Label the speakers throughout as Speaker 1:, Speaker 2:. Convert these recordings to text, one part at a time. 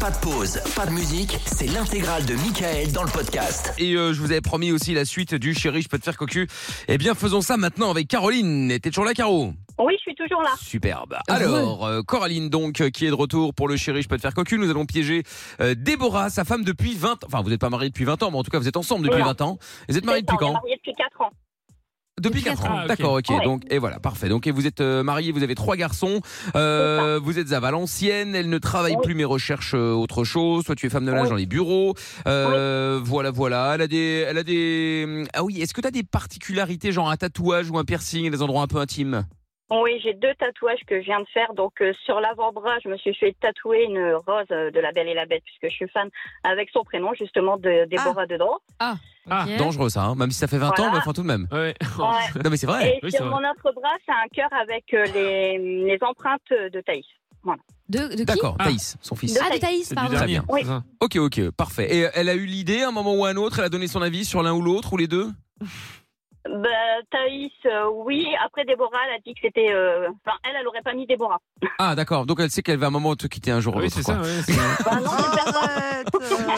Speaker 1: Pas de pause, pas de musique, c'est l'intégrale de Michael dans le podcast.
Speaker 2: Et euh, je vous avais promis aussi la suite du chéri, je peux te faire cocu. Eh bien, faisons ça maintenant avec Caroline. Et T'es toujours là, Caro
Speaker 3: Oui, je suis toujours là.
Speaker 2: Superbe. Alors, euh, Coraline, donc, euh, qui est de retour pour le chéri, je peux te faire cocu. Nous allons piéger euh, Déborah, sa femme depuis 20 ans. Enfin, vous n'êtes pas mariés depuis 20 ans, mais en tout cas, vous êtes ensemble depuis
Speaker 3: Non.
Speaker 2: 20 ans. Vous êtes mariés
Speaker 3: C'est ça,
Speaker 2: depuis
Speaker 3: On
Speaker 2: quand
Speaker 3: est mariés depuis 4 ans.
Speaker 2: Depuis 4 ans.
Speaker 4: ans.
Speaker 2: D'accord, ok.
Speaker 3: Ouais.
Speaker 2: Donc, et voilà, parfait. Donc, et vous êtes euh, mariés, vous avez trois garçons. Euh, vous êtes à Valenciennes. Elle ne travaille
Speaker 3: Oui.
Speaker 2: plus, mais recherche euh, autre chose. Toi, tu es femme de linge
Speaker 3: Oui.
Speaker 2: dans les bureaux. Euh, Voilà, voilà. Elle a des, elle a des. Ah oui. Est-ce que tu as des particularités, genre un tatouage ou un piercing, des endroits un peu intimes
Speaker 3: Oui, j'ai deux tatouages que je viens de faire. Donc, euh, sur l'avant-bras, je me suis fait tatouer une rose euh, de la Belle et la Bête, puisque je suis fan, avec son prénom, justement, de Déborah dedans.
Speaker 4: Ah,
Speaker 5: Ok.
Speaker 2: Dangereux, ça. hein. Même si ça fait 20 ans,
Speaker 3: Voilà.
Speaker 2: mais enfin tout de même.
Speaker 4: Ouais. oh,
Speaker 3: Ouais.
Speaker 2: Non, mais c'est vrai.
Speaker 3: et
Speaker 4: oui,
Speaker 3: sur
Speaker 4: c'est
Speaker 3: mon autre bras, c'est un cœur avec euh, les, les empreintes de Thaïs.
Speaker 5: De, de qui
Speaker 2: D'accord.
Speaker 4: Ah.
Speaker 2: Thaïs, son fils.
Speaker 3: De-
Speaker 5: Ah, de Thaïs,
Speaker 4: C'est du
Speaker 5: pardon.
Speaker 2: Très
Speaker 4: dernier.
Speaker 2: bien.
Speaker 3: Oui.
Speaker 4: c'est ça.
Speaker 2: Ok, ok, parfait. Et euh, elle a eu l'idée à un moment ou à un autre. Elle a donné son avis sur l'un ou l'autre ou les deux.
Speaker 3: Bah, Thaïs, euh, oui. Après, Déborah, elle a dit que c'était. euh, Enfin, elle, elle aurait pas mis Déborah.
Speaker 2: Ah, d'accord. Donc elle sait qu'elle va à un moment te quitter un jour ou
Speaker 4: Oui,
Speaker 2: l'autre.
Speaker 4: c'est
Speaker 2: quoi.
Speaker 4: ça. ouais, c'est-
Speaker 3: Bah, non, c'est pas vrai.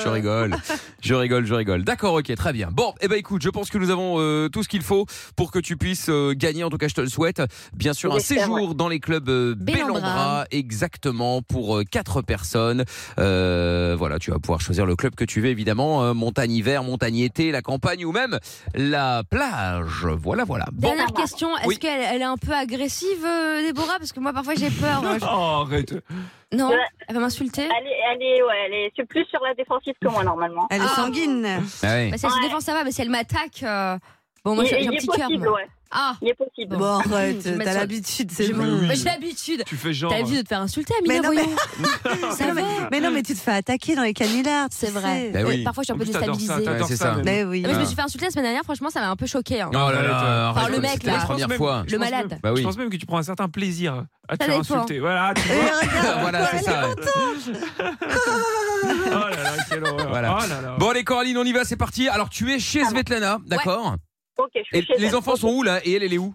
Speaker 2: Je rigole, je rigole, je rigole. D'accord, ok, très bien. Bon, eh ben écoute, je pense que nous avons euh, tout ce qu'il faut pour que tu puisses euh, gagner. En tout cas, je te le souhaite. Bien sûr, un
Speaker 3: J'espère,
Speaker 2: séjour dans les clubs euh,
Speaker 5: Bellambra.
Speaker 2: Bellambra, exactement pour euh, quatre personnes. Euh, voilà, tu vas pouvoir choisir le club que tu veux, évidemment, Euh, montagne hiver, montagne été, la campagne ou même la plage. Voilà, voilà. Bon,
Speaker 5: Dernière question, est-ce
Speaker 2: Oui.
Speaker 5: qu'elle elle est un peu agressive, euh, Déborah Parce que moi, parfois, j'ai peur. hein.
Speaker 4: Oh, arrête.
Speaker 5: Je- Non,
Speaker 3: Ouais.
Speaker 5: elle va m'insulter.
Speaker 3: Elle est, elle est, ouais, elle est c'est plus sur la défensive que moi, normalement.
Speaker 6: Elle
Speaker 5: Ah.
Speaker 6: est sanguine.
Speaker 2: Ah oui.
Speaker 5: Bah, si elle se
Speaker 3: Ouais.
Speaker 5: défend, ça va, mais si elle m'attaque. euh, Bon, moi,
Speaker 3: il,
Speaker 5: j'ai j'ai
Speaker 3: il
Speaker 5: un
Speaker 3: est
Speaker 5: petit cœur.
Speaker 3: possible,
Speaker 5: moi.
Speaker 3: ouais.
Speaker 5: Ah
Speaker 3: Il est possible.
Speaker 6: Bon, arrête,
Speaker 5: Je vais mettre
Speaker 6: t'as
Speaker 5: sur-
Speaker 6: l'habitude,
Speaker 5: je
Speaker 6: c'est
Speaker 5: m'en-
Speaker 6: bon.
Speaker 5: Bah, J'ai l'habitude.
Speaker 4: Tu fais genre. euh,
Speaker 5: T'as l'habitude de te faire insulter,
Speaker 6: Mais
Speaker 5: Amina,
Speaker 6: non, mais-
Speaker 5: voyons. Ça
Speaker 6: Non, mais,
Speaker 5: va.
Speaker 6: mais non, mais tu te fais attaquer dans les canulars. tu
Speaker 5: C'est
Speaker 6: sais.
Speaker 5: vrai.
Speaker 2: Bah
Speaker 5: Euh,
Speaker 2: oui.
Speaker 5: Parfois, je suis un
Speaker 4: En
Speaker 5: peu
Speaker 4: plus, t'adores
Speaker 5: déstabilisée.
Speaker 4: ça,
Speaker 2: Ouais,
Speaker 4: t'adores
Speaker 2: c'est ça.
Speaker 4: même.
Speaker 6: Mais oui.
Speaker 5: Ah, mais je me suis fait insulter la semaine dernière, franchement, ça m'a un peu choquée. hein.
Speaker 2: Oh là là,
Speaker 5: Par
Speaker 2: arrête,
Speaker 5: le mec,
Speaker 2: c'était la
Speaker 5: là.
Speaker 2: première
Speaker 4: même-
Speaker 2: fois.
Speaker 4: je
Speaker 5: Le
Speaker 4: pense
Speaker 5: malade.
Speaker 4: même-
Speaker 2: Bah oui.
Speaker 4: Je pense même que tu prends un certain plaisir à te
Speaker 5: Ça
Speaker 4: faire
Speaker 5: dépend.
Speaker 4: insulter. Voilà, tu
Speaker 6: Et
Speaker 4: vois.
Speaker 6: regarde,
Speaker 2: Voilà, c'est ça.
Speaker 4: Oh là là, quelle horreur.
Speaker 2: Voilà.
Speaker 4: Oh là là.
Speaker 2: Bon allez Coraline, on y va, c'est parti. Alors tu es chez Svetlana, d'accord
Speaker 3: Ok, je suis
Speaker 2: Et
Speaker 3: chez
Speaker 2: les
Speaker 3: elle.
Speaker 2: enfants sont où là Et elle, elle est où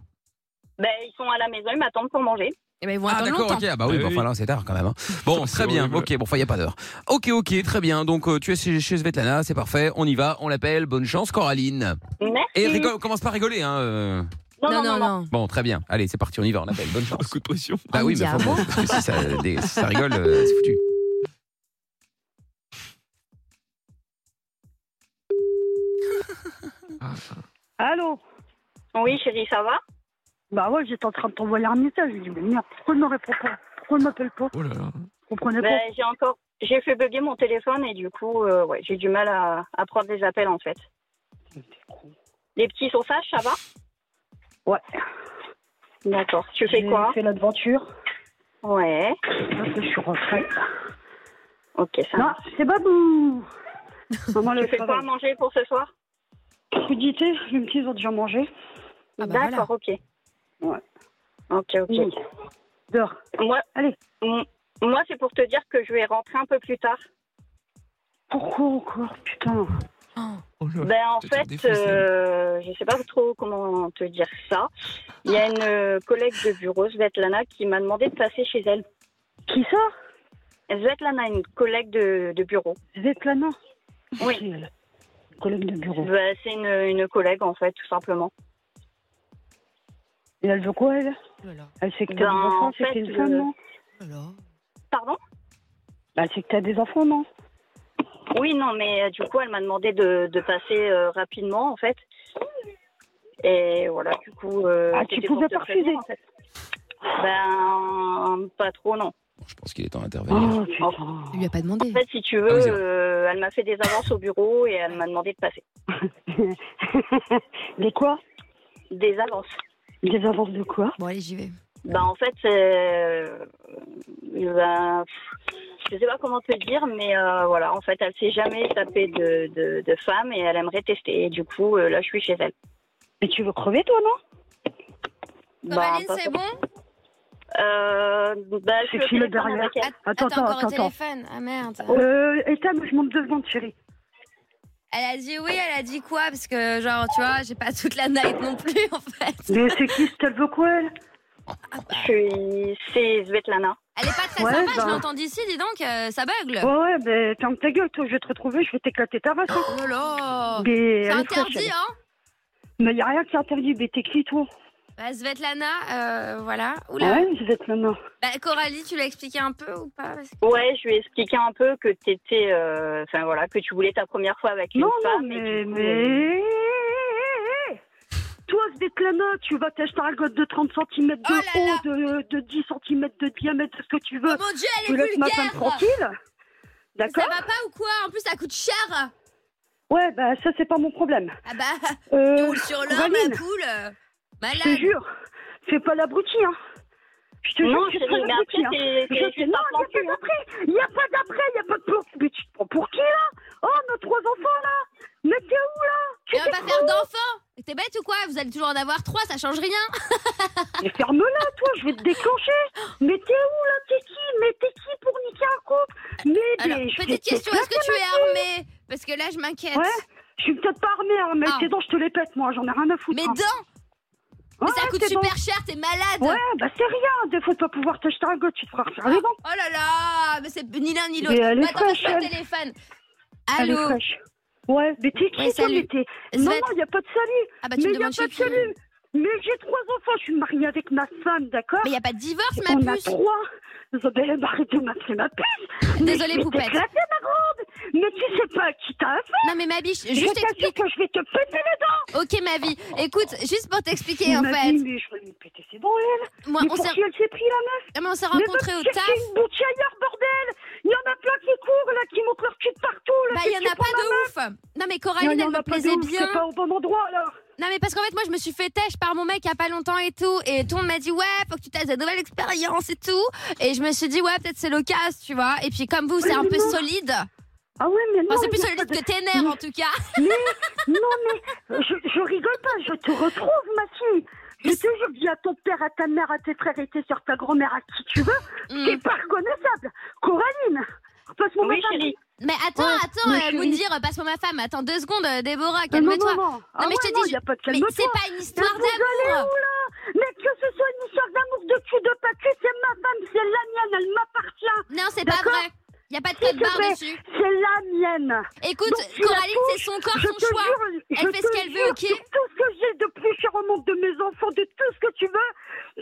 Speaker 3: Ben, ils sont à la maison, ils m'attendent pour manger.
Speaker 5: Et ben, ils vont
Speaker 2: Ah
Speaker 5: attendre
Speaker 2: d'accord,
Speaker 5: longtemps.
Speaker 2: ok. Ah bah oui,
Speaker 4: Ah
Speaker 2: bah,
Speaker 4: oui.
Speaker 2: enfin là c'est tard quand même. hein. Bon,
Speaker 4: C'est
Speaker 2: très bien.
Speaker 4: horrible.
Speaker 2: Ok, bon, enfin il n'y a pas d'heure. Ok, ok, très bien. Donc euh, tu es chez, chez Svetlana, c'est parfait. On y va, on l'appelle. Bonne chance Coraline.
Speaker 3: Merci.
Speaker 2: Et rigole, commence pas à rigoler. Hein. euh.
Speaker 3: Non,
Speaker 5: Non, non, non.
Speaker 2: Bon, très bien. Allez, c'est parti, on y va, on appelle. Bonne chance.
Speaker 4: Coup de Oh, pression.
Speaker 2: Bah oui, mais enfin, bon, parce que si ça, dé- si ça rigole, euh, c'est foutu.
Speaker 4: Ah,
Speaker 7: Allô
Speaker 3: Oui, chérie, ça va
Speaker 7: Bah ouais, j'étais en train de t'envoyer un message. J'ai dit, mais merde, pourquoi il me répond pas Pourquoi il m'appelle pas
Speaker 4: Oh là là.
Speaker 7: Vous comprenez pas
Speaker 3: Ben, J'ai encore. J'ai fait bugger mon téléphone et du coup, euh, ouais, j'ai du mal à, à prendre les appels en fait. Les petits sont sages, ça va
Speaker 7: Ouais.
Speaker 3: D'accord. Tu fais
Speaker 7: J'ai
Speaker 3: quoi
Speaker 7: fait l'adventure.
Speaker 3: Ouais.
Speaker 7: Après, je suis rentrée.
Speaker 3: Ok, ça
Speaker 7: Non,
Speaker 3: va.
Speaker 7: c'est Babou Maman,
Speaker 3: Tu
Speaker 7: le
Speaker 3: fais quoi à
Speaker 7: travail.
Speaker 3: manger pour ce soir
Speaker 7: Crudité, les petits ils ont déjà mangé.
Speaker 5: Ah bah
Speaker 3: D'accord, ok.
Speaker 7: Ouais.
Speaker 3: Ok, ok.
Speaker 7: Oui. Dehors.
Speaker 3: Moi,
Speaker 7: Allez.
Speaker 3: m- Moi, c'est pour te dire que je vais rentrer un peu plus tard.
Speaker 7: Pourquoi encore Putain.
Speaker 4: Oh là là.
Speaker 3: Ben, en
Speaker 4: Tu te
Speaker 3: fait,
Speaker 4: défonces, elle.
Speaker 3: euh, je sais pas trop comment te dire ça. Il y a une euh, collègue de bureau, Svetlana, qui m'a demandé de passer chez elle.
Speaker 7: Qui ça
Speaker 3: Svetlana, une collègue de, de bureau.
Speaker 7: Svetlana
Speaker 3: Oui.
Speaker 7: Qui, elle Collègue de bureau.
Speaker 3: Ben, c'est une, une collègue, en fait, tout simplement.
Speaker 7: Et elle veut quoi, elle
Speaker 5: oh
Speaker 7: Elle sait que t'as
Speaker 3: Ben,
Speaker 7: des
Speaker 3: en
Speaker 7: enfants, c'est
Speaker 3: fait,
Speaker 7: une femme,
Speaker 3: euh,
Speaker 7: non Bah,
Speaker 3: Pardon
Speaker 7: Elle sait que t'as des enfants, non
Speaker 3: Oui, non, mais euh, du coup, elle m'a demandé de, de passer euh, rapidement, en fait. Et voilà, du coup... euh,
Speaker 7: Ah, tu
Speaker 3: c'était
Speaker 7: pouvais
Speaker 3: pour te
Speaker 7: pas
Speaker 3: prévenir,
Speaker 7: refuser
Speaker 3: en fait. Ben, pas trop, non.
Speaker 2: Bon, je pense qu'il est temps d'intervenir.
Speaker 7: Oh, putain.
Speaker 5: Il lui a pas demandé.
Speaker 3: En fait, si tu
Speaker 2: Ah oui,
Speaker 3: veux,
Speaker 2: c'est vrai.
Speaker 3: euh, elle m'a fait des avances au bureau et elle m'a demandé de passer. Oh.
Speaker 7: Des quoi
Speaker 3: Des avances.
Speaker 7: Des avances de quoi
Speaker 5: Bon, allez, j'y vais.
Speaker 3: Bah en fait, euh, bah, je sais pas comment te le dire, mais euh, voilà, en fait, elle s'est jamais tapée de, de, de femme et elle aimerait tester. Et du coup, euh, là, je suis chez elle.
Speaker 5: Ah,
Speaker 7: Mais tu veux crever, toi, non
Speaker 5: Coraline,
Speaker 3: Ben, pas-
Speaker 5: c'est bon
Speaker 3: euh, bah, je
Speaker 7: C'est
Speaker 3: suis
Speaker 7: qui le
Speaker 3: au téléphone
Speaker 7: derrière
Speaker 3: avec elle.
Speaker 7: Attends, attends,
Speaker 5: encore
Speaker 7: attends,
Speaker 5: au
Speaker 7: attends.
Speaker 5: téléphone. Ah merde.
Speaker 7: Euh, Ethan, je monte deux secondes, chérie.
Speaker 5: Elle a dit oui, elle a dit quoi Parce que, genre, tu vois, j'ai pas toute la night non plus, en fait.
Speaker 7: Mais c'est qui ce qu'elle veut quoi, elle
Speaker 3: Je suis... C'est Svetlana.
Speaker 5: Elle est pas très
Speaker 7: Ouais,
Speaker 5: sympa, je
Speaker 7: bah.
Speaker 5: l'ai entendue ici, dis donc, euh, ça bugle.
Speaker 7: Ouais, ouais, ben, ferme ta gueule, toi, je vais te retrouver, je vais t'éclater ta race. hein.
Speaker 5: Oh là là
Speaker 7: Mais,
Speaker 5: C'est
Speaker 7: elle est fraîche,
Speaker 5: interdit,
Speaker 7: elle.
Speaker 5: hein
Speaker 7: Mais y a rien qui est interdit, mais t'es qui, toi Ah
Speaker 5: bah, Svetlana, euh, voilà. Oula.
Speaker 7: Ouais, je vais te maintenant.
Speaker 5: Bah, Coralie, tu l'as expliqué un peu ou pas Parce que-
Speaker 3: Ouais, je lui ai expliqué un peu que t'étais, euh, enfin voilà, que tu voulais ta première fois avec une
Speaker 7: Non, non,
Speaker 3: femme. et
Speaker 7: mais. eh,
Speaker 3: du coup, euh,
Speaker 7: mais... eh. Toi, Svetlana, tu vas t'acheter un gosse de 30 cm de
Speaker 5: Oh là là.
Speaker 7: haut, de, de 10 cm de diamètre, ce que tu veux.
Speaker 5: Oh mon dieu,
Speaker 7: Euh, tu
Speaker 5: elle est
Speaker 7: laisses ma femme
Speaker 5: vulgaire
Speaker 7: tranquille.
Speaker 5: Ça
Speaker 7: D'accord
Speaker 5: va pas ou quoi En plus, ça coûte cher
Speaker 7: Ouais, bah ça, c'est pas mon problème.
Speaker 5: Ah bah, tu
Speaker 7: Euh,
Speaker 5: roules sur l'homme,
Speaker 7: Coraline.
Speaker 5: la poule euh,
Speaker 7: je te
Speaker 5: Malade
Speaker 7: jure, fais pas l'abruti, hein. Je te
Speaker 3: Non,
Speaker 7: jure, je suis
Speaker 3: chérie,
Speaker 7: très
Speaker 3: mais après,
Speaker 7: abruti, hein.
Speaker 3: c'est
Speaker 7: Je
Speaker 3: c'est
Speaker 7: sais,
Speaker 3: juste
Speaker 7: non,
Speaker 3: un plan
Speaker 7: il
Speaker 3: cul, hein.
Speaker 7: n'y a pas d'après, il n'y a pas d'après, il n'y a pas de plan. Mais tu te prends pour qui, là Oh, nos trois enfants, là Mais t'es où, là Tu
Speaker 5: Et on va
Speaker 7: t'es
Speaker 5: pas faire d'enfants T'es bête ou quoi Vous allez toujours en avoir trois, ça change rien
Speaker 7: Mais ferme-la, toi, je vais te déclencher Mais t'es où, là T'es qui Mais t'es qui pour niquer un couple Mais
Speaker 5: Alors,
Speaker 7: des- je vais
Speaker 5: petite
Speaker 7: te
Speaker 5: question, est-ce que tu es armée Parce que là, je m'inquiète.
Speaker 7: Ouais, je suis peut-être pas armée, hein, mais
Speaker 5: Ah.
Speaker 7: tes dents, je te les pète, moi, j'en ai rien à foutre.
Speaker 5: Mais
Speaker 7: hein.
Speaker 5: dents Mais ça
Speaker 7: Ouais,
Speaker 5: coûte
Speaker 7: tes dents.
Speaker 5: super cher, t'es malade
Speaker 7: Ouais, bah c'est rien, des fois, de pas pouvoir t'acheter un gosse, tu te feras refaire les dents.
Speaker 5: Oh là là Mais c'est ni l'un ni l'autre
Speaker 7: Mais elle est
Speaker 5: Attends, passe
Speaker 7: fraîche,
Speaker 5: pas le
Speaker 7: elle.
Speaker 5: téléphone
Speaker 7: Elle est
Speaker 5: Allô
Speaker 7: fraîche. Ouais, mais t'es qui,
Speaker 5: Ouais,
Speaker 7: toi,
Speaker 5: salut.
Speaker 7: mais t'es-
Speaker 5: Svet-
Speaker 7: Non, non, il n'y a pas de salut
Speaker 5: Ah bah, tu
Speaker 7: Mais
Speaker 5: me
Speaker 7: il n'y a
Speaker 5: demandes
Speaker 7: pas
Speaker 5: chez
Speaker 7: de
Speaker 5: qui
Speaker 7: salut Mais j'ai trois enfants, je suis mariée avec ma femme, d'accord
Speaker 5: Mais y a pas de divorce, ma
Speaker 7: On a
Speaker 5: puce
Speaker 7: trois Isabelle, arrête de m'appeler ma puce Mais
Speaker 5: Désolée,
Speaker 7: je vais
Speaker 5: poupette.
Speaker 7: t'éclater, ma grande Mais tu sais pas à qui t'as affaire
Speaker 5: Non mais ma biche,
Speaker 7: Je
Speaker 5: juste
Speaker 7: t'assure
Speaker 5: explique.
Speaker 7: que je vais te péter les dents
Speaker 5: Ok ma vie, écoute, juste pour t'expliquer en
Speaker 7: Il m'a
Speaker 5: fait.
Speaker 7: dit, mais je vais lui péter ses dents, elle
Speaker 5: Moi,
Speaker 7: Mais
Speaker 5: on
Speaker 7: pour
Speaker 5: s'est
Speaker 7: qui elle s'est pris, la meuf
Speaker 5: ah, mais on s'est
Speaker 7: Mais
Speaker 5: rencontrés au
Speaker 7: meuf,
Speaker 5: taf.
Speaker 7: cherchez une bouche ailleurs, bordel Il y en a plein qui courent, là, qui montent leur cul de partout, là
Speaker 5: Bah
Speaker 7: qui
Speaker 5: y en
Speaker 7: se
Speaker 5: a pas
Speaker 7: font la main.
Speaker 5: de ouf. Non mais
Speaker 7: Il
Speaker 5: Coraline,
Speaker 7: y en
Speaker 5: elle
Speaker 7: a
Speaker 5: me
Speaker 7: pas de
Speaker 5: plaisait
Speaker 7: ouf,
Speaker 5: bien.
Speaker 7: C'est pas au bon endroit, alors
Speaker 5: Non mais parce qu'en fait moi je me suis fait têche par mon mec il y a pas longtemps et tout et tout le monde m'a dit ouais faut que tu testes de nouvelles expériences et tout et je me suis dit ouais peut-être c'est l'occasion tu vois et puis comme vous c'est un peu
Speaker 7: non.
Speaker 5: solide
Speaker 7: Ah ouais, mais non.
Speaker 5: enfin c'est plus
Speaker 7: il y a
Speaker 5: solide
Speaker 7: pas de-
Speaker 5: que tes nerfs en tout cas
Speaker 7: Mais, non, mais je, je rigole pas, je te retrouve, ma fille. Je te jure, dis à ton père, à ta mère, à tes frères et tes soeurs, ta grand-mère, à qui tu veux,
Speaker 5: Hmm.
Speaker 7: t'es pas reconnaissable. Coraline, passe-moi
Speaker 3: Oui,
Speaker 7: ma femme.
Speaker 3: chérie.
Speaker 5: mais attends
Speaker 7: Ouais,
Speaker 5: attends
Speaker 7: mais
Speaker 5: euh,
Speaker 7: chérie.
Speaker 5: Moundir passe-moi ma femme attends deux secondes euh, Déborah
Speaker 7: Ah, non,
Speaker 5: calme-toi
Speaker 7: non, non. Ah
Speaker 5: mais je
Speaker 7: ouais,
Speaker 5: te
Speaker 7: non,
Speaker 5: dis,
Speaker 7: y a pas de
Speaker 5: mais
Speaker 7: calme-toi.
Speaker 5: c'est pas une
Speaker 7: Mais
Speaker 5: histoire
Speaker 7: vous allez
Speaker 5: d'amour
Speaker 7: où, là Mais que ce soit une histoire d'amour de cul, de pas cul, c'est ma femme, c'est la mienne, elle m'appartient.
Speaker 5: non c'est pas
Speaker 7: D'accord.
Speaker 5: vrai y a pas de code
Speaker 7: S'il te plaît.
Speaker 5: barre dessus
Speaker 7: C'est la mienne.
Speaker 5: écoute
Speaker 7: Donc, tu la
Speaker 5: Coraline c'est son corps
Speaker 7: Je
Speaker 5: son
Speaker 7: te
Speaker 5: choix
Speaker 7: jure,
Speaker 5: Elle
Speaker 7: je
Speaker 5: fait ce
Speaker 7: te
Speaker 5: qu'elle veut,
Speaker 7: jure,
Speaker 5: ok
Speaker 7: sur Tout ce que j'ai de plus cher au monde, de mes enfants, de tout ce que tu veux,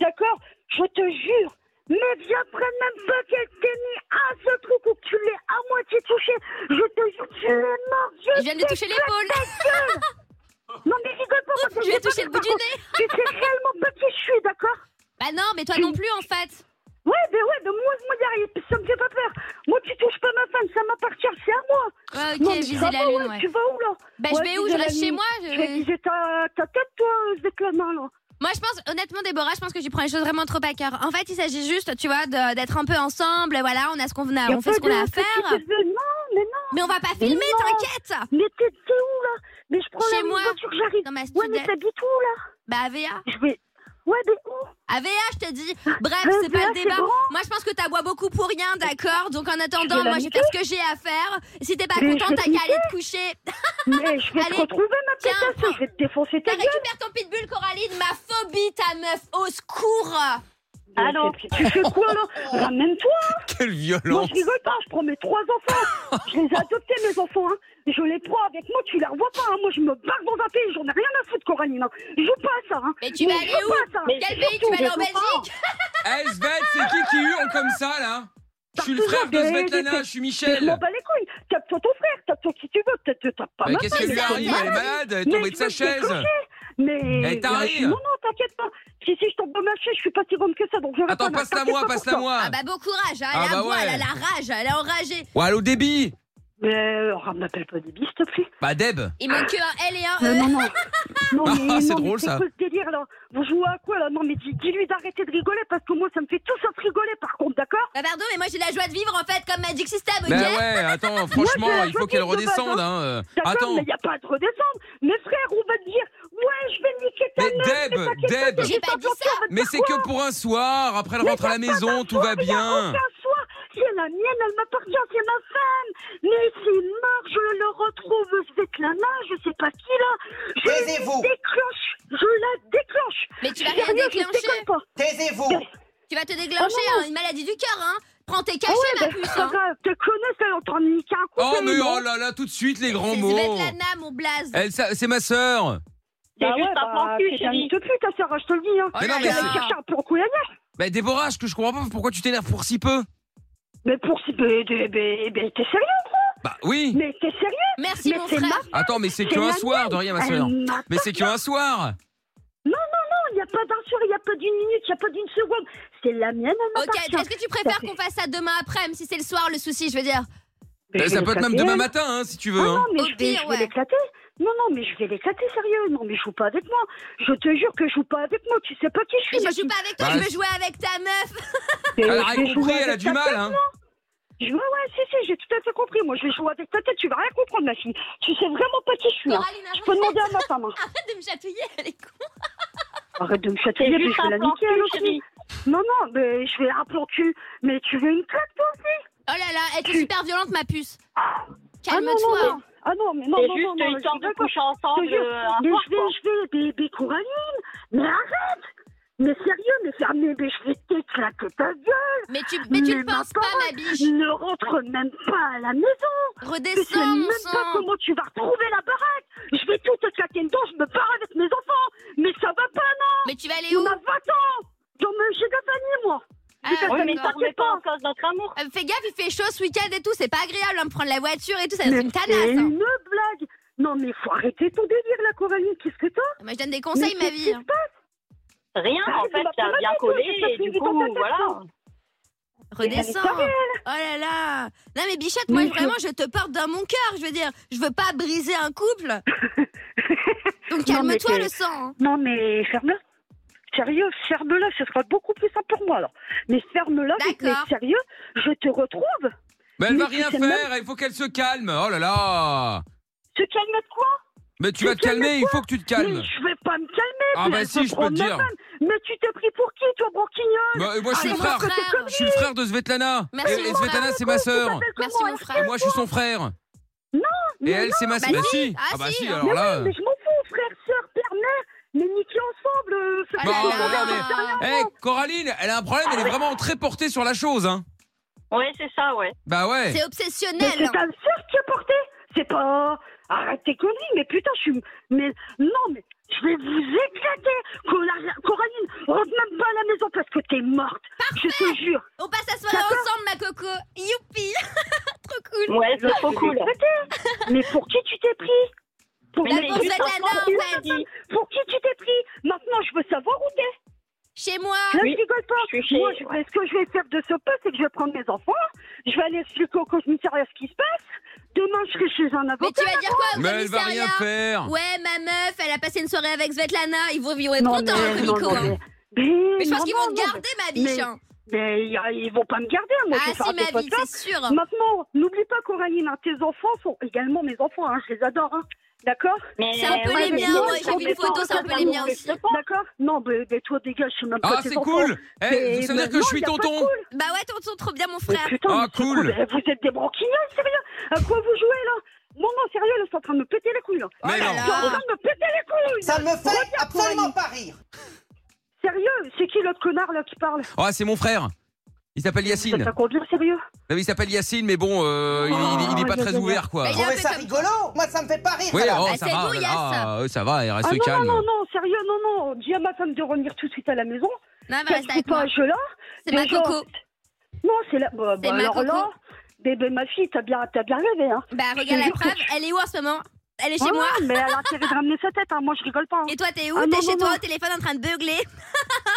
Speaker 7: d'accord Je te jure. Ne viens près même pas qu'elle t'ait mis un seul truc ou que tu l'aies à moitié touché. Je te jure, tu es mort. Je,
Speaker 5: je viens de lui toucher l'épaule
Speaker 7: Non, mais rigole pas. parce que
Speaker 5: je lui ai
Speaker 7: sais pas,
Speaker 5: touché le
Speaker 7: par
Speaker 5: bout du
Speaker 7: contre,
Speaker 5: nez
Speaker 7: Tu sais réellement pas qui je suis, d'accord
Speaker 5: bah non mais toi non plus en fait
Speaker 7: Ouais, mais ouais, mais moi, moi, y arrive. Ça me fait pas peur. Moi, tu touches pas ma femme, ça m'appartient, c'est à moi.
Speaker 5: ouais
Speaker 7: Non,
Speaker 5: ok
Speaker 7: mais
Speaker 5: viser
Speaker 7: ça
Speaker 5: la
Speaker 7: va,
Speaker 5: lune
Speaker 7: ouais,
Speaker 5: ouais Euh.
Speaker 7: Tu vas où, là
Speaker 5: bah je
Speaker 7: Ouais,
Speaker 5: vais où
Speaker 7: viser
Speaker 5: je
Speaker 7: la
Speaker 5: reste chez
Speaker 7: lune.
Speaker 5: moi
Speaker 7: Tu vas
Speaker 5: je-
Speaker 7: viser ta, ta tête, toi, Svetlana, là.
Speaker 5: Moi, je pense, honnêtement, Déborah, je pense que tu prends les choses vraiment trop à cœur. En fait, il s'agit juste, tu vois, de- d'être un peu ensemble. et Voilà, on a ce qu'on a,
Speaker 7: Y a
Speaker 5: on fait
Speaker 7: pas
Speaker 5: ce qu'on
Speaker 7: de-
Speaker 5: a à
Speaker 7: que tu
Speaker 5: faire.
Speaker 7: te veux- Non, mais non,
Speaker 5: Mais on va pas filmer,
Speaker 7: Non.
Speaker 5: t'inquiète.
Speaker 7: mais t'es t'es où là Mais je prends
Speaker 5: Chez
Speaker 7: la
Speaker 5: moi.
Speaker 7: voiture, j'arrive.
Speaker 5: Non, ma
Speaker 7: Ouais, mais
Speaker 5: studette.
Speaker 7: t'habites où là
Speaker 5: Bah, AVA.
Speaker 7: Je vais. Ouais, mais où
Speaker 5: AVA, je te dis. Bref,
Speaker 7: AVA,
Speaker 5: c'est pas le
Speaker 7: c'est
Speaker 5: débat.
Speaker 7: grand.
Speaker 5: Moi, je pense que t'aboies beaucoup pour rien, d'accord Donc, en
Speaker 7: Je
Speaker 5: attendant,
Speaker 7: vais la
Speaker 5: moi, je vais faire ce que j'ai à faire. Si t'es pas
Speaker 7: Mais
Speaker 5: content,
Speaker 7: je vais
Speaker 5: t'as
Speaker 7: te
Speaker 5: qu'à aller te coucher.
Speaker 7: Mais je vais
Speaker 5: Allez.
Speaker 7: te retrouver, ma
Speaker 5: Tiens,
Speaker 7: pétasse.
Speaker 5: prends.
Speaker 7: Je vais te défoncer
Speaker 5: T'as
Speaker 7: ta gueule.
Speaker 5: Bah, récupère ton pitbull, Coraline. Ma phobie, ta meuf. Au secours.
Speaker 7: Mais
Speaker 3: Allô
Speaker 7: c'est- Tu fais quoi là Ramène-toi.
Speaker 2: Quelle
Speaker 7: Moi,
Speaker 2: violence
Speaker 7: je rigole pas. Je prends mes trois enfants. Je les ai adoptés, mes enfants. Hein. Je les prends avec moi. Tu les revois pas. hein. Moi, je me barre dans un pays. J'en ai rien à foutre, Coraline. hein. Je joue pas à ça. Hein.
Speaker 5: Mais tu vas
Speaker 7: Mais
Speaker 5: aller
Speaker 7: je joue
Speaker 5: où
Speaker 7: pas à ça.
Speaker 3: Mais
Speaker 5: Quel pays tu
Speaker 7: surtout,
Speaker 5: vas aller
Speaker 7: je
Speaker 5: en
Speaker 7: comprends.
Speaker 5: Belgique
Speaker 8: Eh Svet, c'est qui qui hurle comme ça là Je suis le
Speaker 7: Partout,
Speaker 8: frère de
Speaker 7: j'en ai
Speaker 8: Svetlana,
Speaker 7: des-
Speaker 8: je suis
Speaker 7: Mais Je m'en
Speaker 8: Michel.
Speaker 7: bats les couilles. Tape-toi ton frère. Tape-toi qui tu veux. Peut-être tape pas
Speaker 8: Mais
Speaker 7: ma
Speaker 8: qu'est-ce qui
Speaker 5: mais
Speaker 8: lui
Speaker 5: c'est
Speaker 8: arrive Elle est malade, elle est
Speaker 7: Mais
Speaker 8: tombée de
Speaker 7: je
Speaker 8: sa
Speaker 7: veux te
Speaker 8: chaise.
Speaker 7: décrocher. Mais.
Speaker 8: Eh, t'as
Speaker 7: mais
Speaker 8: ri.
Speaker 7: Non, non, t'inquiète pas. Si, si, je tombe dans ma chaise, je suis pas si grande que ça, donc je
Speaker 8: Attends, passe-la moi, passe-la moi.
Speaker 5: Ah, bah, bon courage. hein.
Speaker 8: Ah,
Speaker 5: Elle
Speaker 8: bah
Speaker 5: aboie,
Speaker 8: ouais.
Speaker 5: elle a la rage, elle est enragée.
Speaker 8: Ouais, allô débit
Speaker 7: Mais, euh, oh, m'appelle pas Bibi, s'il te plaît.
Speaker 2: Bah Deb,
Speaker 5: Il manque que un L et un
Speaker 7: Euh,
Speaker 5: E.
Speaker 7: non, non. Non,
Speaker 8: Ah,
Speaker 7: mais,
Speaker 8: c'est
Speaker 7: non, mais
Speaker 8: drôle, ça.
Speaker 7: C'est quoi ce délire, là Vous jouez à quoi, là Non, mais dis- dis-lui d'arrêter de rigoler, parce que moi, ça me fait tout ça de rigoler, par contre, d'accord
Speaker 5: Bah pardon, mais moi j'ai la joie de vivre en fait comme Magic System, ok
Speaker 2: bah ouais, attends, franchement,
Speaker 7: la
Speaker 2: il faut qu'elle
Speaker 7: jolie de base,
Speaker 2: redescende. Hein. euh.
Speaker 7: D'accord,
Speaker 2: Attends,
Speaker 7: mais il n'y a pas à te redescendre. Mais frère, on va te dire, ouais, je vais niquer ta
Speaker 8: Mais
Speaker 7: meuf,
Speaker 8: Deb,
Speaker 7: mais t'inquiète
Speaker 8: Deb.
Speaker 7: t'inquiète,
Speaker 5: J'ai pas
Speaker 7: t'as
Speaker 5: dit
Speaker 7: bien
Speaker 5: ça.
Speaker 7: fait, on va te
Speaker 8: mais
Speaker 7: faire
Speaker 8: c'est
Speaker 7: quoi
Speaker 8: que pour un soir, après elle rentre à la maison, tout va bien.
Speaker 7: Aucun soir, si elle la mienne, elle m'appartient, c'est ma femme. Mais c'est mort, je le retrouve, Svetlana, je sais pas qui là. Je la
Speaker 1: Taisez-vous
Speaker 7: déclenche, je la déclenche.
Speaker 5: Mais tu vas
Speaker 7: Je fais
Speaker 5: rien
Speaker 7: rien, je
Speaker 5: déclencher
Speaker 7: déconne pas.
Speaker 1: Taisez-vous
Speaker 5: Tu vas te déclencher
Speaker 7: Ah non, non.
Speaker 5: hein, une maladie du cœur, hein. Prends tes
Speaker 7: Ah
Speaker 5: cachets,
Speaker 7: ouais,
Speaker 5: ma
Speaker 7: bah,
Speaker 5: puce.
Speaker 7: c'est pas
Speaker 5: Hein.
Speaker 7: grave. Te connais, ça, on t'en nique un coup.
Speaker 8: Oh,
Speaker 7: mais
Speaker 8: mais
Speaker 7: non.
Speaker 8: oh là là, tout de suite, les grands
Speaker 5: C'est
Speaker 8: mots.
Speaker 5: Svetlana, mon blaze.
Speaker 2: Elle, ça- c'est ma sœur.
Speaker 3: C'est
Speaker 7: Bah ouais,
Speaker 3: juste un
Speaker 7: bah,
Speaker 3: plan cul,
Speaker 7: c'est un
Speaker 3: chérie.
Speaker 7: te pute, ta sœur, je te le dis. Hein.
Speaker 2: Mais non,
Speaker 8: là
Speaker 2: mais
Speaker 8: là.
Speaker 7: Elle
Speaker 2: c'est-
Speaker 7: cherche un pour couler.
Speaker 2: Mais Déborah, je, je comprends pas pourquoi tu t'énerves pour si peu.
Speaker 7: Mais pour si. Mais, mais, mais- mais t'es sérieux
Speaker 2: Bah oui.
Speaker 7: Mais t'es sérieux
Speaker 5: Merci,
Speaker 7: Mais
Speaker 5: mon
Speaker 7: c'est
Speaker 5: frère.
Speaker 2: Attends, mais c'est
Speaker 7: C'est
Speaker 2: que un
Speaker 7: la
Speaker 2: soir de
Speaker 8: Eh,
Speaker 2: rien, ma sœur.
Speaker 7: Elle m'a-
Speaker 2: Mais c'est que un soir.
Speaker 7: Il n'y a pas d'un soir, il n'y a pas d'une minute, il n'y a pas d'une seconde. C'est la mienne, elle
Speaker 5: Ok,
Speaker 7: m'appartient.
Speaker 5: est-ce que tu préfères
Speaker 7: fait. Ah,
Speaker 5: qu'on fasse ça demain après, même si c'est le soir le souci, je veux dire
Speaker 7: Mais je
Speaker 2: Ben, ça
Speaker 7: vais
Speaker 2: peut être même
Speaker 7: l'éclater,
Speaker 2: demain
Speaker 7: elle.
Speaker 2: matin, hein, si tu veux.
Speaker 7: Ah
Speaker 2: hein.
Speaker 7: non, mais
Speaker 5: Au
Speaker 7: je vais,
Speaker 5: pire,
Speaker 7: je vais
Speaker 5: ouais.
Speaker 7: l'éclater. Non, non, mais je vais l'éclater, sérieux. Non, mais joue pas avec moi. Je te jure que je joue pas avec moi. Tu sais pas qui je suis.
Speaker 5: Mais je
Speaker 7: mais
Speaker 5: joue
Speaker 7: tu-
Speaker 5: pas avec toi,
Speaker 2: Bah,
Speaker 5: je veux jouer avec ta meuf.
Speaker 7: mais
Speaker 2: Elle
Speaker 7: je
Speaker 2: a
Speaker 7: vais
Speaker 2: rien
Speaker 7: jouer
Speaker 2: compris, elle a
Speaker 7: avec
Speaker 2: du
Speaker 7: ta
Speaker 2: mal.
Speaker 7: tête.
Speaker 2: Hein.
Speaker 7: Je- Ouais, ouais, si, si, j'ai tout à fait compris. Moi, je vais jouer avec ta tête. Tu vas rien comprendre, ma fille. Tu sais vraiment pas qui je suis. hein.
Speaker 5: Coraline,
Speaker 7: Tu peux demander à ma femme. hein.
Speaker 5: arrête de me chatouiller, elle est con.
Speaker 7: Arrête de me
Speaker 3: C'est
Speaker 7: chatouiller, mais
Speaker 3: juste
Speaker 7: je vais
Speaker 3: un
Speaker 7: la
Speaker 3: plan
Speaker 7: niquer, elle
Speaker 3: cul,
Speaker 7: aussi.
Speaker 3: chérie.
Speaker 7: Non, non, mais je vais un plan cul. Mais tu veux une claque, toi
Speaker 5: Oh là là, elle était super violente, ma puce.
Speaker 7: Ah non,
Speaker 5: Calme-toi. hein.
Speaker 7: non, mais- Ah non, mais non,
Speaker 3: C'est
Speaker 7: non,
Speaker 3: juste
Speaker 7: non,
Speaker 3: histoire
Speaker 7: non, je suis
Speaker 3: de
Speaker 7: d'accord.
Speaker 3: coucher
Speaker 7: Je te
Speaker 3: ensemble
Speaker 7: jure,
Speaker 3: euh, un
Speaker 7: mais
Speaker 3: soir,
Speaker 7: je vais,
Speaker 3: quoi.
Speaker 7: je vais, mais, mais Coraline, mais arrête Mais sérieux, mais fermez, mais je vais t'éclater ta gueule
Speaker 5: Mais tu, mais tu le
Speaker 7: Mais
Speaker 5: penses
Speaker 7: ma
Speaker 5: pas, ma biche.
Speaker 7: Ne rentre même pas à la maison Tu sais
Speaker 5: Redescends,
Speaker 7: même
Speaker 5: mon
Speaker 7: pas
Speaker 5: sang.
Speaker 7: comment tu vas retrouver la baraque Je vais tout éclater dedans, je me barre avec mes enfants Mais ça va pas, non
Speaker 5: Mais tu vas aller où
Speaker 7: On a 20 ans Dans ma... J'ai de la famille, moi
Speaker 5: Ah,
Speaker 7: J'ai de la
Speaker 3: Oui, mais
Speaker 7: famille,
Speaker 3: ça
Speaker 5: d'accord.
Speaker 3: remet
Speaker 7: t'inquiète
Speaker 3: pas
Speaker 7: pas
Speaker 3: en cause notre amour.
Speaker 5: Euh, Fais gaffe, il fait chaud ce week-end et tout, c'est pas agréable, hein, me prendre la voiture et tout, ça c'est
Speaker 7: Mais
Speaker 5: une
Speaker 7: c'est
Speaker 5: tanasse. hein.
Speaker 7: une blague Non, mais faut arrêter ton délire, là, Coraline, qu'est-ce que t'as
Speaker 5: Moi, je donne des conseils, ma
Speaker 7: Mais qu'est-ce
Speaker 5: vie.
Speaker 7: qui se
Speaker 5: hein.
Speaker 3: Rien,
Speaker 7: Ah,
Speaker 3: en
Speaker 7: mais
Speaker 3: fait,
Speaker 7: bah,
Speaker 3: ça a
Speaker 7: pas
Speaker 3: bien
Speaker 7: mal du tout,
Speaker 3: collé
Speaker 7: ça
Speaker 3: et
Speaker 7: fait
Speaker 3: du
Speaker 7: du temps
Speaker 3: coup,
Speaker 7: de tête,
Speaker 3: voilà.
Speaker 7: ça.
Speaker 5: Redescends.
Speaker 7: Mais elle
Speaker 5: Oh là là. Non, mais Bichette, moi,
Speaker 7: Mais
Speaker 5: je-
Speaker 7: je-
Speaker 5: vraiment, je te porte dans mon cœur. Je veux dire, je veux pas briser un couple. Donc
Speaker 7: Non, mais
Speaker 5: calme-toi,
Speaker 7: t'es-
Speaker 5: le sang. hein.
Speaker 7: Non, mais ferme-la. Sérieux, ferme-la, ce sera beaucoup plus simple pour moi alors. Mais ferme-la, mais- mais
Speaker 5: D'accord.
Speaker 7: sérieux, je te retrouve.
Speaker 2: Mais elle va
Speaker 7: Mais
Speaker 2: rien
Speaker 7: c'est même-
Speaker 2: faire. Il faut qu'elle se calme. Oh là là.
Speaker 7: Se calme de quoi
Speaker 2: Mais tu
Speaker 7: Mais
Speaker 2: vas te
Speaker 7: calme-toi.
Speaker 2: calmer. Il faut que tu te calmes.
Speaker 7: Mais je vais pas me calmer.
Speaker 2: Ah bah
Speaker 7: je
Speaker 2: si, je peux
Speaker 7: prends
Speaker 2: te
Speaker 7: ma
Speaker 2: dire.
Speaker 7: femme. Mais tu t'es pris pour qui, toi, broquignol Ah,
Speaker 2: Bah, euh, moi, je suis
Speaker 5: C'est
Speaker 2: le
Speaker 5: mon
Speaker 2: frère.
Speaker 5: frère.
Speaker 2: Je suis le frère de Svetlana.
Speaker 5: Merci,
Speaker 2: et, et
Speaker 5: mon frère.
Speaker 2: Svetlana, c'est ma sœur.
Speaker 5: Merci, mon
Speaker 2: Et
Speaker 5: frère.
Speaker 2: moi, je suis son frère. Et
Speaker 7: Mais
Speaker 2: elle, c'est ma
Speaker 5: Bah
Speaker 2: sœur.
Speaker 5: si. Ah,
Speaker 2: Ah bah
Speaker 5: si.
Speaker 2: si.
Speaker 5: Mais
Speaker 2: Alors
Speaker 7: hein. Mais,
Speaker 2: là.
Speaker 7: oui, mais je m'en fous, frère, sœur, père, mère. Mais niquez ensemble. euh, faites
Speaker 5: Ah
Speaker 2: Bah,
Speaker 5: là
Speaker 7: pas
Speaker 5: là.
Speaker 7: ça,
Speaker 2: regardez.
Speaker 7: c'est sérieux.
Speaker 2: Eh, Coraline, elle a un problème.
Speaker 7: Ah
Speaker 2: Elle est vraiment très portée sur la chose. Hein.
Speaker 3: Ouais, c'est ça, ouais.
Speaker 2: Bah ouais.
Speaker 5: C'est
Speaker 7: Mais
Speaker 5: obsessionnel. hein.
Speaker 7: c'est ta sœur qui a porté. C'est pas. Arrête tes conneries, mais putain, je suis. Mais non, mais je vais vous éclater. Cora- Coraline, rentre même pas à la maison parce que t'es morte. Je te jure.
Speaker 5: On passe la soirée
Speaker 7: D'accord.
Speaker 5: ensemble, ma coco. Youpi. Trop cool.
Speaker 3: Ouais, c'est trop
Speaker 7: Je vais
Speaker 3: cool.
Speaker 7: t'éclater. mais pour qui tu t'es pris pour,
Speaker 5: La
Speaker 7: qui-
Speaker 5: bourse
Speaker 3: juste
Speaker 5: de
Speaker 3: un
Speaker 5: Lana,
Speaker 3: plan
Speaker 5: en
Speaker 3: cul,
Speaker 5: fait.
Speaker 3: je dis.
Speaker 7: pour qui tu t'es pris Maintenant, je veux savoir où t'es.
Speaker 5: Chez moi.
Speaker 7: Là,
Speaker 3: Oui,
Speaker 7: je rigole pas.
Speaker 3: je suis chez-
Speaker 7: Moi, je-
Speaker 3: ouais.
Speaker 7: ce que je vais faire de ce pas, c'est que je vais prendre mes enfants. Je vais aller expliquer au commissariat ce qui se passe. Demain, je serai chez un
Speaker 5: Mais
Speaker 7: avocat.
Speaker 5: tu vas dire quoi au
Speaker 2: Mais elle va rien
Speaker 5: commissariat
Speaker 2: faire.
Speaker 5: Ouais, ma meuf, elle a passé une soirée avec Svetlana. Ils vont, ils vont être
Speaker 7: Non,
Speaker 5: contents,
Speaker 7: mais-
Speaker 5: hein,
Speaker 7: non,
Speaker 5: Nico.
Speaker 7: non,
Speaker 5: hein.
Speaker 7: mais-
Speaker 5: Mais je pense
Speaker 7: non,
Speaker 5: qu'ils vont
Speaker 7: non,
Speaker 5: te
Speaker 7: non,
Speaker 5: garder, ma biche.
Speaker 7: mais-
Speaker 5: hein.
Speaker 7: Mais y a- ils vont pas me garder, hein, moi, je
Speaker 5: Ah
Speaker 7: vais
Speaker 5: si,
Speaker 7: faire des
Speaker 5: ma vie,
Speaker 7: podcasts.
Speaker 5: c'est sûr.
Speaker 7: Maintenant, n'oublie pas, Coraline, hein, tes enfants sont également mes enfants, hein, je les adore, hein, d'accord
Speaker 3: Mais
Speaker 5: C'est un peu
Speaker 3: ouais,
Speaker 5: les
Speaker 3: mais
Speaker 5: miens,
Speaker 3: non,
Speaker 5: moi,
Speaker 3: je
Speaker 5: j'ai vu
Speaker 3: comprends
Speaker 5: une photo,
Speaker 3: pas,
Speaker 5: c'est un peu les miens aussi.
Speaker 7: D'accord Non, mais, mais toi, dégage, je suis même pas
Speaker 2: Ah,
Speaker 7: tes
Speaker 2: c'est
Speaker 7: enfants.
Speaker 2: cool. Eh,
Speaker 7: Mais-
Speaker 2: ça veut dire
Speaker 7: mais
Speaker 2: que je
Speaker 7: non,
Speaker 2: suis
Speaker 7: y a pas de
Speaker 2: tonton.
Speaker 7: cool.
Speaker 5: Bah ouais, tonton, trop bien, mon
Speaker 7: Mais
Speaker 5: frère.
Speaker 7: putain,
Speaker 2: Ah,
Speaker 7: mais c'est
Speaker 2: cool.
Speaker 7: Eh, Vous êtes des branquignoles, sérieux À quoi vous jouez, là Non, non, sérieux, là, c'est en train de me péter les couilles, là.
Speaker 5: Oh
Speaker 2: Mais
Speaker 5: là
Speaker 2: non.
Speaker 7: Ils sont en train
Speaker 5: là.
Speaker 7: de me péter les couilles
Speaker 9: Ça me fait absolument pas rire.
Speaker 7: Sérieux, c'est qui l'autre connard, là, qui parle
Speaker 2: Ah, c'est mon frère. Il s'appelle
Speaker 7: Ça
Speaker 2: Yacine.
Speaker 7: t'a conduit, sérieux
Speaker 2: Non, mais il s'appelle Yacine, mais bon, euh, il, il- il est pas
Speaker 7: Oh,
Speaker 2: très
Speaker 7: je
Speaker 2: ouvert, quoi.
Speaker 5: Mais il
Speaker 9: Vous
Speaker 5: est un
Speaker 9: trouvez
Speaker 5: peu
Speaker 9: ça
Speaker 5: comme-
Speaker 9: rigolo Moi, ça me fait pas rire.
Speaker 2: Oui,
Speaker 9: alors.
Speaker 2: oh,
Speaker 7: bah,
Speaker 5: Ah,
Speaker 2: ça
Speaker 5: c'est
Speaker 2: va,
Speaker 5: bon,
Speaker 2: là,
Speaker 5: Yass.
Speaker 2: ah, oui, ça va, elle reste
Speaker 7: Ah non,
Speaker 2: calme.
Speaker 7: non, non, non, sérieux, non, non. Dis à ma femme de revenir tout de suite à la maison.
Speaker 5: Non, mais
Speaker 7: Qu'elle
Speaker 5: reste
Speaker 7: fout
Speaker 5: avec
Speaker 7: pas
Speaker 5: moi.
Speaker 7: un jeu là.
Speaker 5: C'est ma
Speaker 7: les gens-
Speaker 5: coco.
Speaker 7: Non, c'est là. Bah, bah,
Speaker 5: C'est ma
Speaker 7: alors
Speaker 5: coco.
Speaker 7: là, bébé, ma fille, t'as bien, t'as bien rêvé, hein.
Speaker 5: Bah
Speaker 7: Je te
Speaker 5: regarde la
Speaker 7: jure que
Speaker 5: preuve,
Speaker 7: je-
Speaker 5: elle est où en ce moment Elle est chez
Speaker 7: Ouais,
Speaker 5: moi.
Speaker 7: ouais, Mais elle a intérêt de ramener sa tête, hein. Moi, je rigole pas. hein.
Speaker 5: Et toi, t'es où
Speaker 7: Ah,
Speaker 5: T'es
Speaker 7: non,
Speaker 5: chez
Speaker 7: non,
Speaker 5: toi
Speaker 7: non.
Speaker 5: au téléphone en train de beugler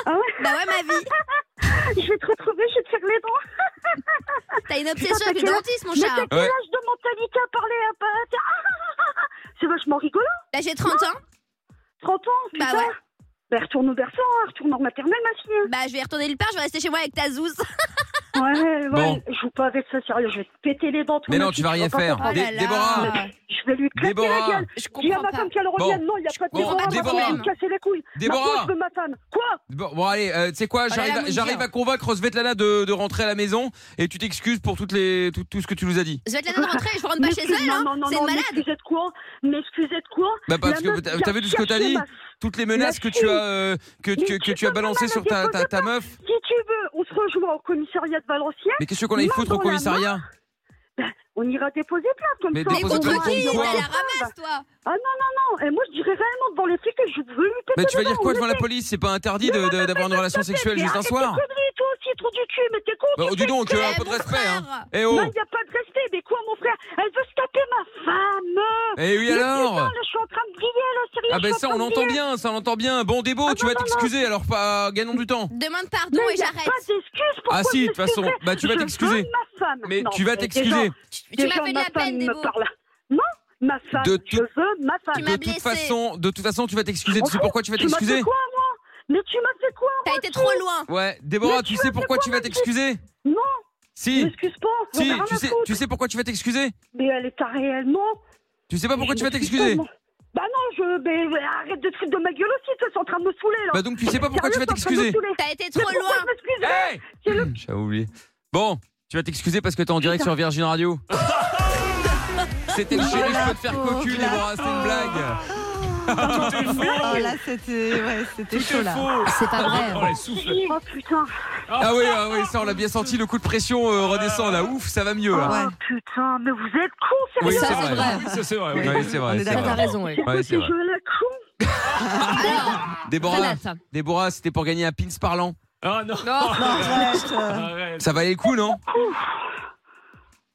Speaker 7: Ah ouais
Speaker 5: Bah ouais, ma vie. bah.
Speaker 7: Je vais te retrouver, je vais te faire les dents.
Speaker 5: T'as une obsession avec le
Speaker 7: t'as quel-
Speaker 5: dentiste, mon
Speaker 7: Mais
Speaker 5: chat.
Speaker 7: t'as quel
Speaker 2: Ouais.
Speaker 7: âge de mentalité à parler à pas- à- ah, à- C'est vachement rigolo.
Speaker 5: Bah j'ai 30 ans.
Speaker 7: 30 ans,
Speaker 5: Bah
Speaker 7: putain.
Speaker 5: ouais.
Speaker 7: Bah, retourne au berceau, hein, retourne en maternelle, ma fille. hein.
Speaker 5: Bah je vais retourner le père, je vais rester chez moi avec ta zouze.
Speaker 7: Ouais, ouais,
Speaker 2: Bon.
Speaker 7: joue pas avec ça, sérieux, je vais te péter les dents. toi,
Speaker 2: Mais
Speaker 7: ma
Speaker 2: non,
Speaker 7: fille,
Speaker 2: tu vas rien
Speaker 7: pas
Speaker 2: faire.
Speaker 7: comprendre.
Speaker 5: Oh
Speaker 2: Dé-
Speaker 5: là là.
Speaker 2: Déborah,
Speaker 5: Ah.
Speaker 7: Je vais lui claquer la
Speaker 2: Déborah,
Speaker 7: gueule.
Speaker 5: Je
Speaker 7: Dis à
Speaker 5: comprends
Speaker 7: ma
Speaker 5: pas.
Speaker 7: femme qu'elle revienne.
Speaker 2: Bon.
Speaker 7: Non, il n'y a pas de
Speaker 2: Bon,
Speaker 7: Déborah.
Speaker 2: Déborah.
Speaker 7: Déborah. me casser les couilles.
Speaker 2: Déborah.
Speaker 7: Maintenant, je veux ma femme. Quoi
Speaker 2: Bon, bon, allez, euh, tu sais quoi,
Speaker 5: là
Speaker 2: j'arrive,
Speaker 5: là,
Speaker 2: à-
Speaker 5: mon
Speaker 2: j'arrive
Speaker 7: hein.
Speaker 5: Dieu.
Speaker 2: à convaincre Svetlana de, de rentrer à la maison et tu t'excuses pour toutes les, tout, tout ce que tu nous as dit.
Speaker 5: Je vais te la donner de rentrer, je rentre pas
Speaker 7: Mais
Speaker 5: chez
Speaker 7: excuse-
Speaker 5: elle,
Speaker 7: non,
Speaker 5: hein.
Speaker 7: non, non,
Speaker 5: C'est
Speaker 7: non,
Speaker 5: une
Speaker 7: mais
Speaker 5: malade.
Speaker 7: excusez de quoi Mais excusez de quoi
Speaker 2: Bah, parce
Speaker 7: La
Speaker 2: que
Speaker 7: meuf
Speaker 2: t'as-
Speaker 7: qui a
Speaker 2: t'as vu tout ce que t'as
Speaker 7: cherché
Speaker 2: dit
Speaker 7: ma-
Speaker 2: Toutes les menaces que tu as, euh, que, que, que tu as balancées sur ta, ta, ta meuf.
Speaker 7: Si tu veux, on se rejoint au commissariat de Valenciennes.
Speaker 2: Mais qu'est-ce qu'on aille
Speaker 7: Main
Speaker 2: foutre au
Speaker 7: dans la
Speaker 2: commissariat
Speaker 7: On ira déposer plainte comme
Speaker 2: Mais
Speaker 7: ça.
Speaker 2: déposer
Speaker 5: Contre
Speaker 2: plainte
Speaker 5: qui
Speaker 2: contre
Speaker 5: T'as
Speaker 2: quoi
Speaker 5: la ramasse, toi
Speaker 7: Ah non, non, non. Et moi, je dirais réellement devant les flics que je veux lui péter
Speaker 2: Mais tu vas
Speaker 7: dedans,
Speaker 2: dire quoi
Speaker 7: on
Speaker 2: devant
Speaker 7: le
Speaker 2: la
Speaker 7: sait.
Speaker 2: police C'est pas interdit de- de- d'avoir une relation sexuelle
Speaker 7: Mais
Speaker 2: juste un
Speaker 7: arrête
Speaker 2: soir
Speaker 7: tes conneries, toi aussi, trop du cul, mais t'es con.
Speaker 2: Bah,
Speaker 7: tu
Speaker 2: oh, dis
Speaker 7: fais-
Speaker 2: donc, euh, un
Speaker 5: Eh,
Speaker 2: peu de
Speaker 5: mon
Speaker 2: respect, hein.
Speaker 5: frère
Speaker 2: Eh
Speaker 7: Non,
Speaker 2: oh
Speaker 7: il n'y a pas de respect, mais quoi, mon frère Elle veut se taper ma femme
Speaker 2: Eh oui
Speaker 7: Mais putain,
Speaker 2: alors
Speaker 7: là, je suis en train de briller, là, sérieux.
Speaker 2: Ah ben
Speaker 7: je suis en
Speaker 2: ça,
Speaker 7: train
Speaker 2: on
Speaker 7: de
Speaker 2: entend
Speaker 7: briller.
Speaker 2: bien, ça on entend bien. Bon, Débo,
Speaker 7: hein. Ah
Speaker 2: tu
Speaker 7: non,
Speaker 2: vas
Speaker 7: non, non.
Speaker 2: t'excuser, alors pas gagnons du temps.
Speaker 5: Demande
Speaker 7: Mais
Speaker 5: pardon
Speaker 7: il
Speaker 5: et
Speaker 7: n'y a
Speaker 5: j'arrête.
Speaker 7: pas d'excuse pour
Speaker 2: Ah
Speaker 7: quoi
Speaker 2: si, de
Speaker 7: je
Speaker 2: toute façon,
Speaker 7: m'excuserais.
Speaker 2: bah, tu vas
Speaker 7: Je
Speaker 2: t'excuser.
Speaker 7: veux ma femme.
Speaker 2: Mais
Speaker 7: Non,
Speaker 2: tu vas
Speaker 7: mais
Speaker 2: t'excuser.
Speaker 7: déjà-
Speaker 5: Tu
Speaker 7: déjà,
Speaker 5: m'as fait de
Speaker 7: ma
Speaker 5: la
Speaker 7: femme
Speaker 5: peine,
Speaker 7: me
Speaker 5: Débo.
Speaker 7: parle. Non, ma femme,
Speaker 2: De
Speaker 7: je
Speaker 2: tout-
Speaker 7: veux ma femme.
Speaker 5: Tu
Speaker 2: De
Speaker 5: m'as
Speaker 2: toute
Speaker 5: blessé.
Speaker 2: façon, de toute façon, tu vas t'excuser. Tu sais pourquoi tu vas
Speaker 7: Tu m'as fait
Speaker 2: t'excuser
Speaker 7: quoi, moi Mais tu m'as fait quoi,
Speaker 5: T'as
Speaker 7: moi,
Speaker 5: été
Speaker 7: tu-
Speaker 5: trop loin.
Speaker 2: Ouais, Déborah,
Speaker 7: Mais
Speaker 2: tu
Speaker 7: tu
Speaker 2: sais
Speaker 7: m'as fait
Speaker 2: pourquoi
Speaker 7: quoi,
Speaker 2: tu vas
Speaker 7: ma petite
Speaker 2: t'excuser
Speaker 7: Non, je
Speaker 2: Si,
Speaker 7: m'excuse pas. j'en ai
Speaker 2: si,
Speaker 7: rien
Speaker 2: tu
Speaker 7: à
Speaker 2: sais,
Speaker 7: foutre.
Speaker 2: tu sais pourquoi tu vas t'excuser
Speaker 7: Mais elle est réellement.
Speaker 2: Tu sais pas pourquoi
Speaker 7: Je
Speaker 2: tu vas
Speaker 7: m'excuse
Speaker 2: t'excuser
Speaker 7: pas, moi. Bah non, je. mais- mais arrête de te foutre de ma gueule aussi, toi, c'est en train de me saouler, là.
Speaker 2: Bah donc tu sais pas pourquoi tu vas
Speaker 7: Sérieux, t'es en train de me
Speaker 2: t'excuser
Speaker 7: saouler.
Speaker 5: T'as été
Speaker 7: Mais
Speaker 5: trop
Speaker 7: pourquoi
Speaker 5: loin.
Speaker 7: je m'excuse
Speaker 2: Hey
Speaker 7: C'est le-
Speaker 2: J'avais oublié. Bon, tu vas t'excuser parce que t'es en direct sur Virgin Radio. C'était
Speaker 7: Oh
Speaker 2: le chéri, je peux te faire cocu, Déborah, c'est une blague.
Speaker 6: Oh là, c'était ouais, c'était chaud là.
Speaker 5: Ah, C'est pas vrai.
Speaker 4: Oh, les souffles.
Speaker 7: Oh putain,
Speaker 2: Ah oui, ah oui, ça on l'a bien senti, le coup de pression euh, redescend là, ouf, ça va mieux là.
Speaker 6: Ouais.
Speaker 7: oh putain, mais vous êtes cons,
Speaker 2: Oui,
Speaker 7: sérieux
Speaker 5: Ça,
Speaker 2: c'est
Speaker 5: c'est
Speaker 2: vrai.
Speaker 5: vrai.
Speaker 4: Oui, Ah, ça, c'est vrai. oui.
Speaker 2: Ouais, c'est
Speaker 6: On
Speaker 2: vrai,
Speaker 6: est
Speaker 2: c'est
Speaker 6: d'accord.
Speaker 5: T'as
Speaker 2: vrai.
Speaker 5: raison, oui.
Speaker 7: C'est
Speaker 2: Ouais,
Speaker 7: quoi
Speaker 2: c'est
Speaker 7: ces
Speaker 2: vrai.
Speaker 7: jeux là, con
Speaker 5: Alors,
Speaker 2: Déborah,
Speaker 5: Renate.
Speaker 2: Déborah, c'était pour gagner un pins parlant.
Speaker 4: Ah non.
Speaker 5: Non.
Speaker 6: Arrête, euh,
Speaker 4: Arrête.
Speaker 2: Ça valait le coup, non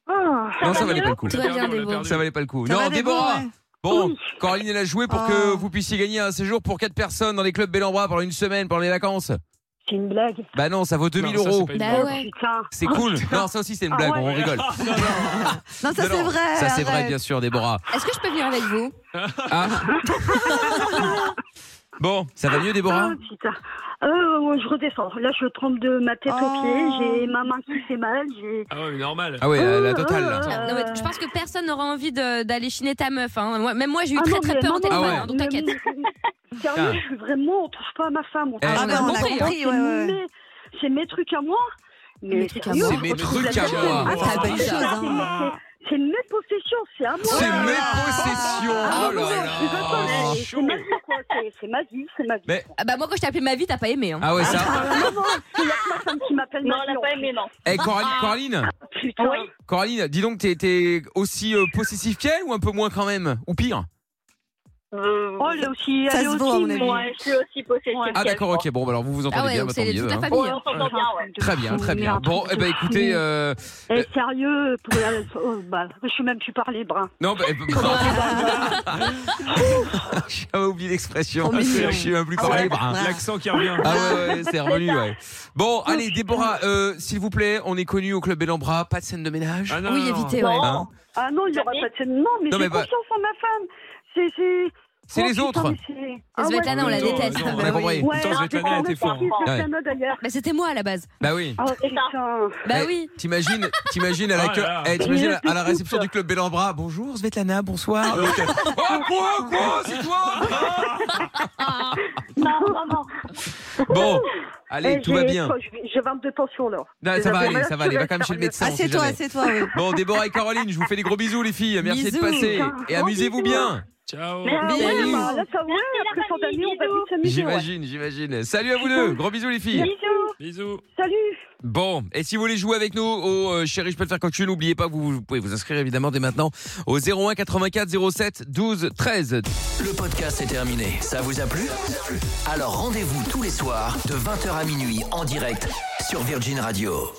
Speaker 7: Ah.
Speaker 2: Non, ça valait pas le coup.
Speaker 5: Tout va bien, Débo.
Speaker 2: Ça valait pas le coup.
Speaker 6: ça
Speaker 2: non,
Speaker 6: va, Débo,
Speaker 2: Déborah.
Speaker 6: ouais.
Speaker 2: Bon,
Speaker 7: Oui.
Speaker 2: Coraline, elle a joué pour
Speaker 6: Oh.
Speaker 2: que vous puissiez gagner un séjour pour 4 personnes dans les clubs Bellambra pendant une semaine, pendant les vacances.
Speaker 7: C'est une blague.
Speaker 2: Bah non, ça vaut 2000
Speaker 4: Non, ça,
Speaker 2: euros.
Speaker 4: c'est pas une
Speaker 5: Bah
Speaker 4: blague.
Speaker 5: ouais.
Speaker 7: Putain.
Speaker 2: C'est cool. Non, ça aussi, c'est une blague,
Speaker 7: Ah ouais.
Speaker 2: on rigole.
Speaker 6: Non, ça
Speaker 2: Non,
Speaker 6: c'est
Speaker 2: non,
Speaker 6: vrai.
Speaker 2: Ça, c'est vrai,
Speaker 6: arrête.
Speaker 2: bien sûr, Déborah.
Speaker 5: Est-ce que je peux venir avec vous
Speaker 2: Ah. bon, ça va mieux, Déborah
Speaker 7: Ah, putain. Euh, je redescends. Là, je trempe de ma tête
Speaker 6: Oh.
Speaker 7: aux pieds. J'ai ma main qui fait mal. J'ai.
Speaker 4: Ah ouais, mais normal.
Speaker 2: Ah oui, la, la totale,
Speaker 7: Ah,
Speaker 2: là.
Speaker 7: Euh.
Speaker 5: Non, mais Je pense que personne n'aura envie de- d'aller chiner ta meuf. hein. Moi- Même moi, j'ai eu
Speaker 7: Ah
Speaker 5: très
Speaker 7: non,
Speaker 5: très
Speaker 7: mais
Speaker 5: peur
Speaker 7: non,
Speaker 5: au
Speaker 7: mais-
Speaker 5: téléphone,
Speaker 2: ouais.
Speaker 5: hein, donc t'inquiète.
Speaker 7: Sérieux, je suis vraiment. On touche pas à ma femme. on
Speaker 2: Ah. Eh,
Speaker 6: Ah
Speaker 5: On a
Speaker 6: ben on a
Speaker 5: compris, hein.
Speaker 6: compris, ouais, ouais.
Speaker 7: Mais C'est mes trucs à moi.
Speaker 5: Mes
Speaker 7: Mais
Speaker 5: trucs
Speaker 7: sérieux,
Speaker 5: à moi.
Speaker 2: C'est mes
Speaker 7: quand je
Speaker 2: trucs
Speaker 7: vous
Speaker 2: à
Speaker 7: appelle,
Speaker 2: moi.
Speaker 6: Ah, c'est
Speaker 5: Ah,
Speaker 6: la bonne
Speaker 5: c'est
Speaker 6: chose.
Speaker 7: ça,
Speaker 6: hein.
Speaker 7: C'est c'est mes possessions, c'est à moi.
Speaker 2: C'est mes
Speaker 6: Ah.
Speaker 2: possessions.
Speaker 7: Ah,
Speaker 2: Oh là
Speaker 7: ouais, je veux pas,
Speaker 2: là.
Speaker 7: mais c'est ma vie, quoi. C'est- C'est ma vie, c'est ma vie.
Speaker 2: Mais-
Speaker 5: Ah bah moi, quand je t'ai appelé ma vie, t'as pas aimé. Hein.
Speaker 2: Ah ouais, ça.
Speaker 7: Ah, non, non, c'est la ma femme qui m'appelle
Speaker 3: Non, elle
Speaker 7: maintenant.
Speaker 3: n'a pas aimé, non.
Speaker 2: Eh, Coraline, Coraline,
Speaker 7: Putain.
Speaker 3: Oui.
Speaker 2: Coraline, dis donc, t'es- t'es aussi euh, possessif qu'elle ou un peu moins quand même Ou pire
Speaker 3: Euh,
Speaker 7: Oh, elle est aussi.
Speaker 6: Ça
Speaker 7: elle est
Speaker 6: se
Speaker 7: aussi, hein.
Speaker 6: vaut, à mon
Speaker 7: mais-
Speaker 6: avis.
Speaker 3: ouais, je suis aussi possessive.
Speaker 2: Ah d'accord, ok, bon, bah alors vous vous entendez
Speaker 5: Ah ouais,
Speaker 2: bien,
Speaker 5: donc
Speaker 2: bah,
Speaker 5: c'est
Speaker 2: tant
Speaker 5: toute
Speaker 2: mieux.
Speaker 5: la
Speaker 2: hein.
Speaker 5: famille.
Speaker 7: Oh,
Speaker 3: Ouais, on s'entend bien, ouais.
Speaker 2: Très bien, très bien. Bon, eh ben écoutez, euh,
Speaker 7: Et sérieux, pour la- oh, bah, je suis même plus par les bras.
Speaker 2: non, bah, eh,
Speaker 7: oh,
Speaker 2: pardon. j'avais oublié l'expression.
Speaker 6: Trop mignon.
Speaker 2: Je suis un plus
Speaker 6: Ah ouais.
Speaker 2: pareil, bah, hein.
Speaker 4: L'accent qui revient.
Speaker 2: Ah ouais, ouais, c'est revenu, ouais. Bon, allez, Déborah, euh, s'il vous plaît, on est connu au club Bellambra, pas de scène de ménage.
Speaker 4: Ah non,
Speaker 5: Oui,
Speaker 4: non, non.
Speaker 5: évitez, ouais.
Speaker 3: Non,
Speaker 2: Hein
Speaker 7: Ah non, il n'y aura pas de scène. Non, mais
Speaker 2: Non,
Speaker 7: j'ai
Speaker 2: mais bah-
Speaker 7: confiance en ma femme. C'est. c'est-
Speaker 2: C'est
Speaker 7: Oh,
Speaker 2: les
Speaker 7: putain,
Speaker 2: autres.
Speaker 7: mais c'est-
Speaker 5: Et Svetlana,
Speaker 4: Ah,
Speaker 5: on la
Speaker 4: mais non,
Speaker 5: déteste.
Speaker 4: non,
Speaker 2: On a compris.
Speaker 7: Ouais,
Speaker 4: Putain, Svetlana,
Speaker 7: ah,
Speaker 4: elle était
Speaker 7: mais
Speaker 4: forte.
Speaker 7: c'est Svetlana, d'ailleurs.
Speaker 5: Bah c'était moi à la base.
Speaker 2: Bah oui.
Speaker 7: Oh putain.
Speaker 5: Bah
Speaker 2: Eh,
Speaker 5: oui.
Speaker 2: T'imagines, t'imagines à la,
Speaker 4: Ah
Speaker 2: queue-
Speaker 4: là là.
Speaker 2: eh, t'imagines à la réception du club Bellambra. Bonjour, Svetlana, bonsoir.
Speaker 4: Ah,
Speaker 2: oh, quoi, quoi, c'est toi
Speaker 3: non, non, non.
Speaker 2: Bon, allez,
Speaker 7: Eh,
Speaker 2: tout va
Speaker 7: j'ai-
Speaker 2: bien.
Speaker 7: oh, j'ai- J'ai 22 tensions, là.
Speaker 2: Non, ça va aller, ça va aller. Va quand même chez le médecin. on sait
Speaker 6: Assieds-toi,
Speaker 2: jamais.
Speaker 6: assieds-toi, oui.
Speaker 2: Bon, Déborah et Caroline, je vous fais des gros bisous, les filles. Merci de
Speaker 5: Bisous.
Speaker 2: passer.
Speaker 7: Ciao.
Speaker 2: Et
Speaker 7: Gros
Speaker 2: amusez-vous
Speaker 7: bisous.
Speaker 2: bien.
Speaker 4: Ciao.
Speaker 7: Ah, ouais,
Speaker 5: Bisous.
Speaker 7: bah, là, ça, ouais,
Speaker 3: la
Speaker 7: après fin
Speaker 3: famille,
Speaker 7: d'année, on va
Speaker 3: bisous.
Speaker 7: vite s'amuser. ouais.
Speaker 2: J'imagine, j'imagine. Salut à vous deux. Gros bisous, les filles.
Speaker 7: Bisous.
Speaker 4: Bisous.
Speaker 7: Salut.
Speaker 2: Bon, et si vous voulez jouer avec nous au euh, Chéri, je peux le faire quand tu veux, n'oubliez pas, vous, vous pouvez vous inscrire évidemment dès maintenant au 01 84 07 12 13.
Speaker 1: Le podcast est terminé. Ça vous a plu Alors rendez-vous tous les soirs de 20h à minuit en direct sur Virgin Radio.